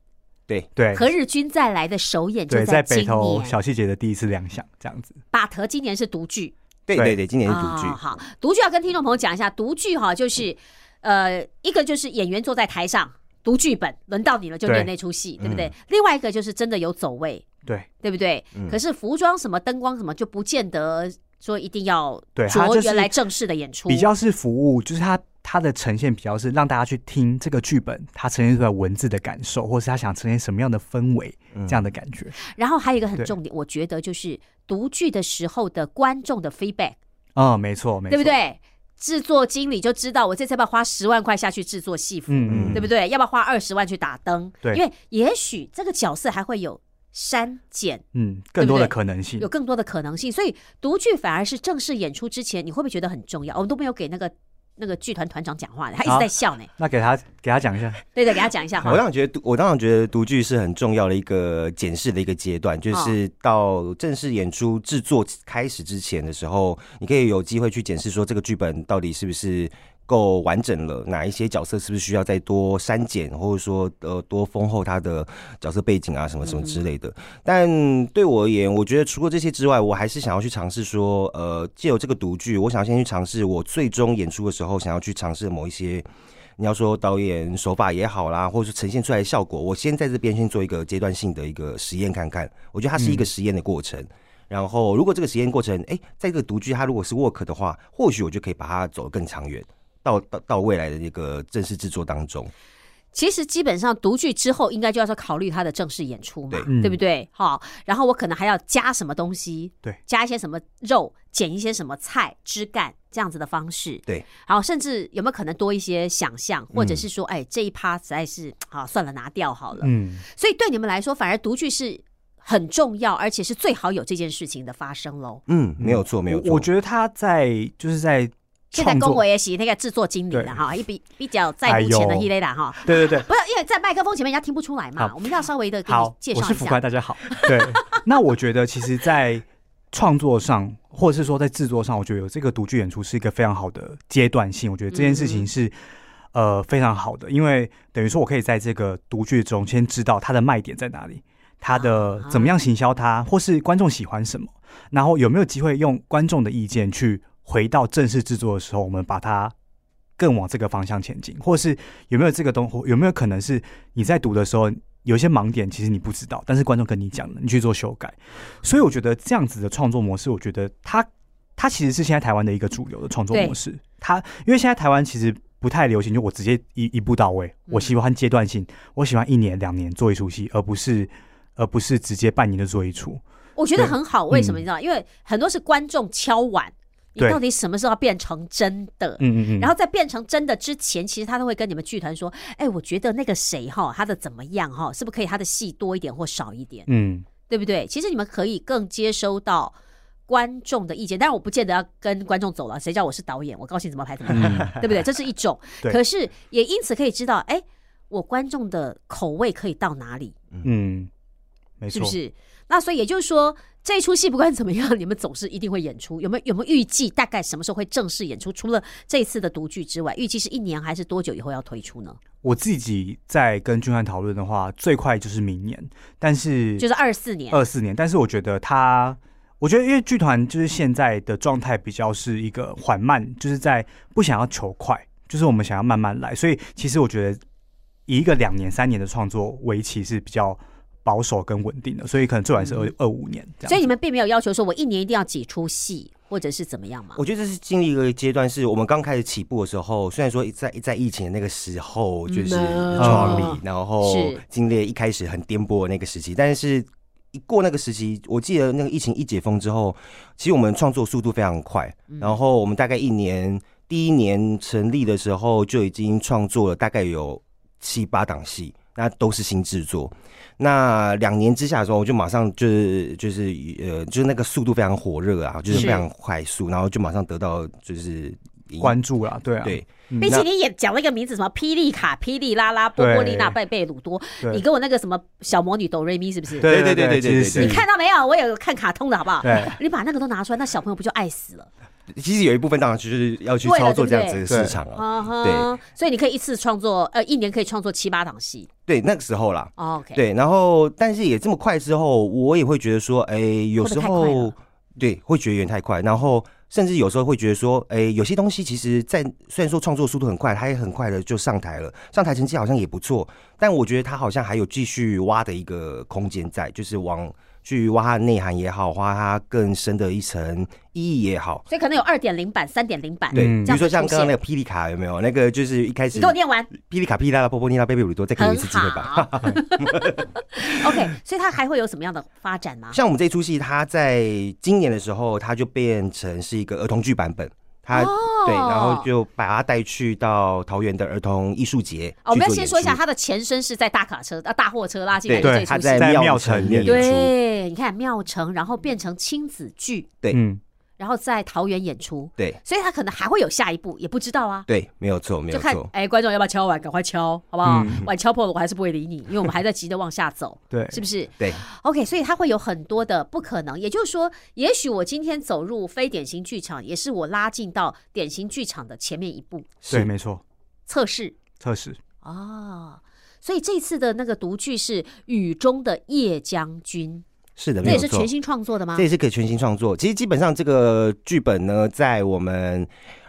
[SPEAKER 1] 对，
[SPEAKER 3] 对
[SPEAKER 2] 何日君再来的首演就
[SPEAKER 3] 对，在
[SPEAKER 2] 今
[SPEAKER 3] 北投
[SPEAKER 2] 年，
[SPEAKER 3] 小细节的第一次亮相这样子。
[SPEAKER 2] 巴特今年是独剧，
[SPEAKER 1] 对
[SPEAKER 3] 对
[SPEAKER 1] 对对，今年是独剧
[SPEAKER 2] 哦。
[SPEAKER 3] 啊
[SPEAKER 2] 好，独剧要跟听众朋友讲一下，独剧哈就是，呃，一个就是演员坐在台上读剧本，轮到你了就
[SPEAKER 3] 对
[SPEAKER 2] 念那出戏，对不
[SPEAKER 3] 嗯
[SPEAKER 2] 对？另外一个就是真的有走位，
[SPEAKER 3] 对
[SPEAKER 2] 对不对？
[SPEAKER 1] 嗯
[SPEAKER 2] 可是服装什么、灯光什么就不见得说一定要
[SPEAKER 3] 对它
[SPEAKER 2] 着
[SPEAKER 3] 就是
[SPEAKER 2] 原来正式的演出，
[SPEAKER 3] 比较是服务，就是它它的呈现比较是让大家去听这个剧本，它呈现出来文字的感受，或是它想呈现什么样的氛围，
[SPEAKER 1] 嗯
[SPEAKER 3] 这样的感觉。
[SPEAKER 2] 然后还有一个很
[SPEAKER 3] 对
[SPEAKER 2] 重点，我觉得就是读剧的时候的观众的 feedback，
[SPEAKER 3] 嗯，没错，没错，
[SPEAKER 2] 对不？对？制作经理就知道我这次要不要花十万块下去制作戏服，
[SPEAKER 3] 嗯嗯，
[SPEAKER 2] 对不对？要不要花二十万去打灯？
[SPEAKER 3] 对
[SPEAKER 2] 因为也许这个角色还会有删减，
[SPEAKER 3] 嗯，更多的
[SPEAKER 2] 对不对
[SPEAKER 3] 可能性
[SPEAKER 2] 有。更多的可能性。所以读剧反而是正式演出之前，你会不会觉得很重要？我们都没有给那个那个剧团团长讲话呢，他一直
[SPEAKER 3] 好
[SPEAKER 2] 在笑呢。
[SPEAKER 3] 那给他给他讲一下，
[SPEAKER 2] 对对，给他讲一下
[SPEAKER 1] 我
[SPEAKER 2] 哈。
[SPEAKER 1] 当然觉得，我当然觉得独剧是很重要的一个检视的一个阶段，就是到正式演出制作开始之前的时候，你可以有机会去检视说这个剧本到底是不是。够完整了，哪一些角色是不是需要再多删减，或者说呃多丰厚他的角色背景啊，什么什么之类的。但对我而言，我觉得除了这些之外，我还是想要去尝试说，呃，借由这个独剧，我想先去尝试我最终演出的时候想要去尝试的某一些你要说导演手法也好啦，或者是呈现出来的效果，我先在这边先做一个阶段性的一个实验看看。我觉得它是一个实验的过程。然后，如果这个实验过程，哎、在这个独居它如果是 work 的话，或许我就可以把它走得更长远，到到到未来的那个正式制作当中。
[SPEAKER 2] 其实基本上读剧之后，应该就要说考虑他的正式演出嘛，
[SPEAKER 1] 对
[SPEAKER 3] 嗯
[SPEAKER 2] 不对？好，然后我可能还要加什么东西，
[SPEAKER 3] 对
[SPEAKER 2] 加一些什么肉，剪一些什么菜枝干这样子的方式，
[SPEAKER 1] 对。
[SPEAKER 2] 然后甚至有没有可能多一些想象，或者是说，哎，这一趴实在是啊，算了，拿掉好了。
[SPEAKER 3] 嗯，
[SPEAKER 2] 所以对你们来说，反而读剧是很重要，而且是最好有这件事情的发生喽。
[SPEAKER 1] 嗯，没有错，没有错。
[SPEAKER 3] 我我觉得他在就是在
[SPEAKER 2] 现在
[SPEAKER 3] 创
[SPEAKER 2] 跟
[SPEAKER 3] 作
[SPEAKER 2] 我，也喜那个制作经理了
[SPEAKER 3] 对
[SPEAKER 2] 哈，一比比较在乎钱的
[SPEAKER 3] 哎呦
[SPEAKER 2] 一类啦哈。
[SPEAKER 3] 对对对，
[SPEAKER 2] 不是，因为在麦克风前面人家听不出来嘛，
[SPEAKER 3] 好
[SPEAKER 2] 我们要稍微的给你
[SPEAKER 3] 好，
[SPEAKER 2] 介
[SPEAKER 3] 我
[SPEAKER 2] 绍
[SPEAKER 3] 是
[SPEAKER 2] 一
[SPEAKER 3] 福
[SPEAKER 2] 下
[SPEAKER 3] 官，。大家好。 对，那我觉得其实，在创作上，或者是说在制作上，我觉得有这个独剧演出是一个非常好的阶段性。我觉得这件事
[SPEAKER 2] 嗯
[SPEAKER 3] 情是、呃非常好的，因为等于说我可以在这个独剧中先知道它的卖点在哪里，它的
[SPEAKER 2] 啊
[SPEAKER 3] 怎么样行销它，或是观众喜欢什么，然后有没有机会用观众的意见去回到正式制作的时候，我们把它。更往这个方向前进，或是有没有这个东，有没有可能是你在读的时候有一些盲点，其实你不知道，但是观众跟你讲了，你去做修改。所以我觉得这样子的创作模式，我觉得它它其实是现在台湾的一个主流的创作模式。它因为现在台湾其实不太流行，就我直接一一步到位。
[SPEAKER 2] 嗯
[SPEAKER 3] 我喜欢阶段性，我喜欢一年两年做一出戏，而不是而不是直接半年就做一出。
[SPEAKER 2] 我觉得
[SPEAKER 3] 对嗯
[SPEAKER 2] 很好，为什么你知道？因为很多是观众敲碗，你
[SPEAKER 3] 对
[SPEAKER 2] 到底什么时候要变成真的？
[SPEAKER 3] 嗯嗯嗯。
[SPEAKER 2] 然后在变成真的之前，其实他都会跟你们剧团说：“哎、我觉得那个谁哈，他的怎么样哈，是不是可以他的戏多一点或少一点，
[SPEAKER 3] 嗯，
[SPEAKER 2] 对不对？”其实你们可以更接收到观众的意见，但是我不见得要跟观众走了，谁叫我是导演，我高兴怎么拍怎么拍，对不对？这是一种，
[SPEAKER 3] 嗯 对
[SPEAKER 2] 可是也因此可以知道，哎、我观众的口味可以到哪里，
[SPEAKER 3] 嗯，没
[SPEAKER 2] 是
[SPEAKER 3] 错，
[SPEAKER 2] 不是？那所以也就是说，这一出戏不管怎么样，你 们总是一定会演出。有没有有没有预计大概什么时候会正式演出？除了这一次的独剧之外，预计是一年还是多久以后要推出呢？
[SPEAKER 3] 我自己在跟俊汉讨论的话，最快就是明年，但是
[SPEAKER 2] 就是二四年。
[SPEAKER 3] 嗯二四年，但是我觉得他，我觉得因为剧团就是现在的状态比较是一个缓慢，就是在不想要求快，就是我们想要慢慢来，所以其实我觉得以一个两年、三年的创作为期是比较保守跟稳定的，所以可能最晚是
[SPEAKER 1] 嗯
[SPEAKER 3] 二二五年这样。
[SPEAKER 2] 所以你们并没有要求说我一年一定要几出戏，或者是怎么样嘛？
[SPEAKER 1] 我觉得这是经历一个阶段，是我们刚开始起步的时候，虽然说在在疫情的那个时候就是
[SPEAKER 2] 嗯
[SPEAKER 1] 创立，
[SPEAKER 2] 嗯
[SPEAKER 1] 然后
[SPEAKER 2] 是
[SPEAKER 1] 经历了一开始很颠簸的那个时期，但是。一过那个时期，我记得那个疫情一解封之后，其实我们创作速度非常快。
[SPEAKER 2] 嗯
[SPEAKER 1] 然后我们大概一年，第一年成立的时候就已经创作了大概有七八档戏，那都是新制作。那两年之下的时候，我就马上就是就是呃，就是那个速度非常火热啊，就是
[SPEAKER 2] 是
[SPEAKER 1] 非常快速，然后就马上得到就是影
[SPEAKER 3] 关注啦，对啊，
[SPEAKER 1] 对
[SPEAKER 3] 嗯，
[SPEAKER 2] 毕竟你也讲了一个名字，什么霹雳卡、霹雳拉拉、波波丽娜、贝贝鲁多，
[SPEAKER 3] 对
[SPEAKER 2] 你跟我那个什么小魔女哆瑞咪是不是？
[SPEAKER 3] 对
[SPEAKER 1] 对对对对
[SPEAKER 3] 其实是
[SPEAKER 1] 对
[SPEAKER 2] 你看到没有？我有看卡通的好不好？
[SPEAKER 3] 对
[SPEAKER 2] 你把那个都拿出来，那小朋友不就爱死了？
[SPEAKER 1] 其实有一部分当然就是要去
[SPEAKER 2] 对了
[SPEAKER 1] 操作
[SPEAKER 2] 对
[SPEAKER 1] 这
[SPEAKER 2] 不
[SPEAKER 1] 样子的
[SPEAKER 3] 对
[SPEAKER 1] 市场啊。
[SPEAKER 2] 啊哈，所以你可以一次创作，呃，一年可以创作七八档戏。
[SPEAKER 1] 对，那个时候啦，
[SPEAKER 2] 哦 OK，，
[SPEAKER 1] 对，然后但是也这么快之后，我也会觉得说，哎、有时
[SPEAKER 2] 会不会太快
[SPEAKER 1] 候
[SPEAKER 2] 了
[SPEAKER 1] 对会觉得有点太快，然后甚至有时候会觉得说，哎、有些东西其实在虽然说创作速度很快，它也很快的就上台了，上台成绩好像也不错，但我觉得它好像还有继续挖的一个空间在，就是往去挖它的内涵也好，挖它更深的一层意义也好。
[SPEAKER 2] 所以可能有二点零版、三点零版。
[SPEAKER 1] 对，
[SPEAKER 3] 嗯
[SPEAKER 1] 比如说像
[SPEAKER 2] 这
[SPEAKER 1] 刚刚
[SPEAKER 2] 样子出现
[SPEAKER 1] 那个霹雳卡有没有？那个就是一开始
[SPEAKER 2] 你给我念完，
[SPEAKER 1] 霹雳卡、霹雳拉、波波尼拉、贝贝鲁多，再给我一
[SPEAKER 2] 很
[SPEAKER 1] 次机会吧。
[SPEAKER 2] 好。OK，所 以它还会有什么样的发展 吗？
[SPEAKER 1] 像我们这出戏，它在今年的时候，它就变成是一个儿童剧版本，它、
[SPEAKER 2] 哦
[SPEAKER 1] 对，然后就把它带去到桃园的儿童艺术节、
[SPEAKER 2] 哦我们要
[SPEAKER 1] 去做
[SPEAKER 2] 先
[SPEAKER 1] 演
[SPEAKER 2] 说一下，
[SPEAKER 1] 出，
[SPEAKER 2] 它的前身是在大卡车、 啊大货车拉进来
[SPEAKER 1] 对
[SPEAKER 2] 的这一
[SPEAKER 1] 它
[SPEAKER 2] 出
[SPEAKER 1] 在
[SPEAKER 2] 戏。
[SPEAKER 3] 在
[SPEAKER 1] 庙
[SPEAKER 3] 庙
[SPEAKER 1] 城
[SPEAKER 3] 城
[SPEAKER 1] 演出，
[SPEAKER 2] 对，你看妙城，然后变成亲子剧，
[SPEAKER 3] 嗯，，
[SPEAKER 2] 然后在桃园演出，
[SPEAKER 1] 对
[SPEAKER 2] 所以它可能还会有下一步，也不知道啊。
[SPEAKER 1] 对，没有错，没
[SPEAKER 2] 就
[SPEAKER 1] 有
[SPEAKER 2] 看
[SPEAKER 1] 错。嗯
[SPEAKER 2] 哎，观众要不要敲碗？赶快敲，好不好？碗敲破了，我还是不会理你，因为我们还在急着往下走
[SPEAKER 3] 对
[SPEAKER 2] 是不是？
[SPEAKER 1] 对，
[SPEAKER 2] OK，所以它会有很多的不可能，也就是说，也许我今天走入非典型剧场，也是我拉进到典型剧场的前面一步
[SPEAKER 3] 对，没错，
[SPEAKER 2] 测试
[SPEAKER 3] 测试，
[SPEAKER 2] 哦。所以这次的那个独剧是《雨中的夜将军
[SPEAKER 1] 是的，》，
[SPEAKER 2] 这
[SPEAKER 1] 没
[SPEAKER 2] 也
[SPEAKER 1] 有
[SPEAKER 2] 是
[SPEAKER 1] 错
[SPEAKER 2] 全。新创作的吗
[SPEAKER 1] 这？也是可以全新创作。其实基本上这个剧本呢，在我们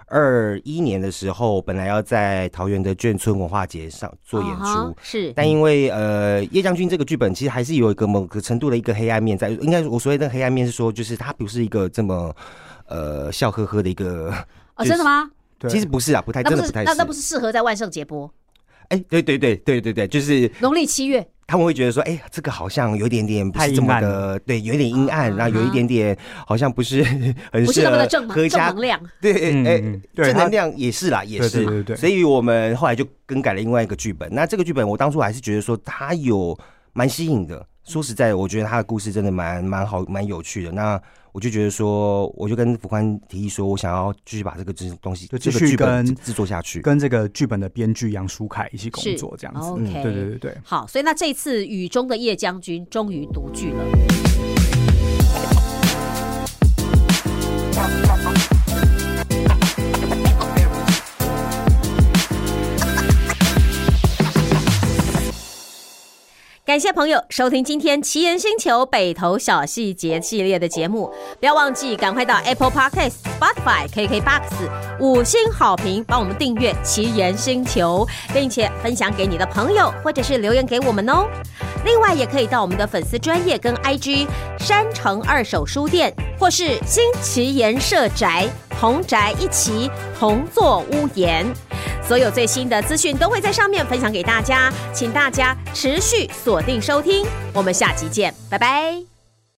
[SPEAKER 1] 二一年的时候，本来要在桃园的眷村文化节上做演出，
[SPEAKER 2] 啊哈是
[SPEAKER 1] 但
[SPEAKER 3] 嗯
[SPEAKER 1] 因为呃，叶将军这个剧本其实还是有一个某个程度的一个黑暗面在，应该我所谓的黑暗面是说，就是它不是一个这么呃笑呵呵的一个，
[SPEAKER 2] 哦，真的吗？
[SPEAKER 3] 对，
[SPEAKER 1] 其实不是啊，不太
[SPEAKER 2] 那
[SPEAKER 1] 真
[SPEAKER 2] 不
[SPEAKER 1] 的
[SPEAKER 2] 是
[SPEAKER 1] 不太
[SPEAKER 2] 那那不是适合在万圣节播，
[SPEAKER 1] 哎、对对对对对对，就是
[SPEAKER 2] 农历七月
[SPEAKER 1] 他们会觉得说，哎、这个好像有一点点不
[SPEAKER 3] 太
[SPEAKER 1] 是
[SPEAKER 3] 阴
[SPEAKER 1] 这么
[SPEAKER 3] 暗
[SPEAKER 1] 的，对，有一点阴暗，
[SPEAKER 2] 啊
[SPEAKER 1] 然后有一点点好像不是 很
[SPEAKER 2] 不是
[SPEAKER 1] 适
[SPEAKER 2] 那么
[SPEAKER 1] 合
[SPEAKER 2] 的正能
[SPEAKER 1] 合
[SPEAKER 2] 正
[SPEAKER 1] 家
[SPEAKER 2] 能量。
[SPEAKER 1] 对，
[SPEAKER 3] 嗯
[SPEAKER 1] 哎、
[SPEAKER 3] 嗯对
[SPEAKER 1] 正
[SPEAKER 3] 他
[SPEAKER 1] 能量也是啦，也是，
[SPEAKER 3] 对对对对
[SPEAKER 1] 所以我们后来就更改了另外一个剧本。那这个剧本我当初还是觉得说它有蛮吸引的。说实在，我觉得他的故事真的蛮蛮好，蛮有趣的。那我就觉得说，我就跟福宽提议说，我想要继续把这个这东西，
[SPEAKER 3] 就
[SPEAKER 1] 这
[SPEAKER 3] 继
[SPEAKER 1] 个
[SPEAKER 3] 续
[SPEAKER 1] 剧本
[SPEAKER 3] 跟
[SPEAKER 1] 制作下去。
[SPEAKER 3] 跟这个剧本的编剧杨舒凯一起工
[SPEAKER 2] 是
[SPEAKER 3] 作这样
[SPEAKER 1] 哦
[SPEAKER 3] 子，嗯
[SPEAKER 2] OK，、
[SPEAKER 3] 对对对对。
[SPEAKER 2] 好，所以那这次雨中的叶将军终于独具了。感谢朋友收听今天《奇岩星球北投小细节》系列的节目，不要忘记赶快到 Apple Podcast、Spotify、KKBox 五星好评，帮我们订阅《奇岩星球》，并且分享给你的朋友，或者是留言给我们哦。另外，也可以到我们的粉丝专业跟 IG 山城二手书店，或是新奇岩社宅同宅一起同坐屋檐。所有最新的资讯都会在上面分享给大家，请大家持续锁定收听，我们下集见，拜拜。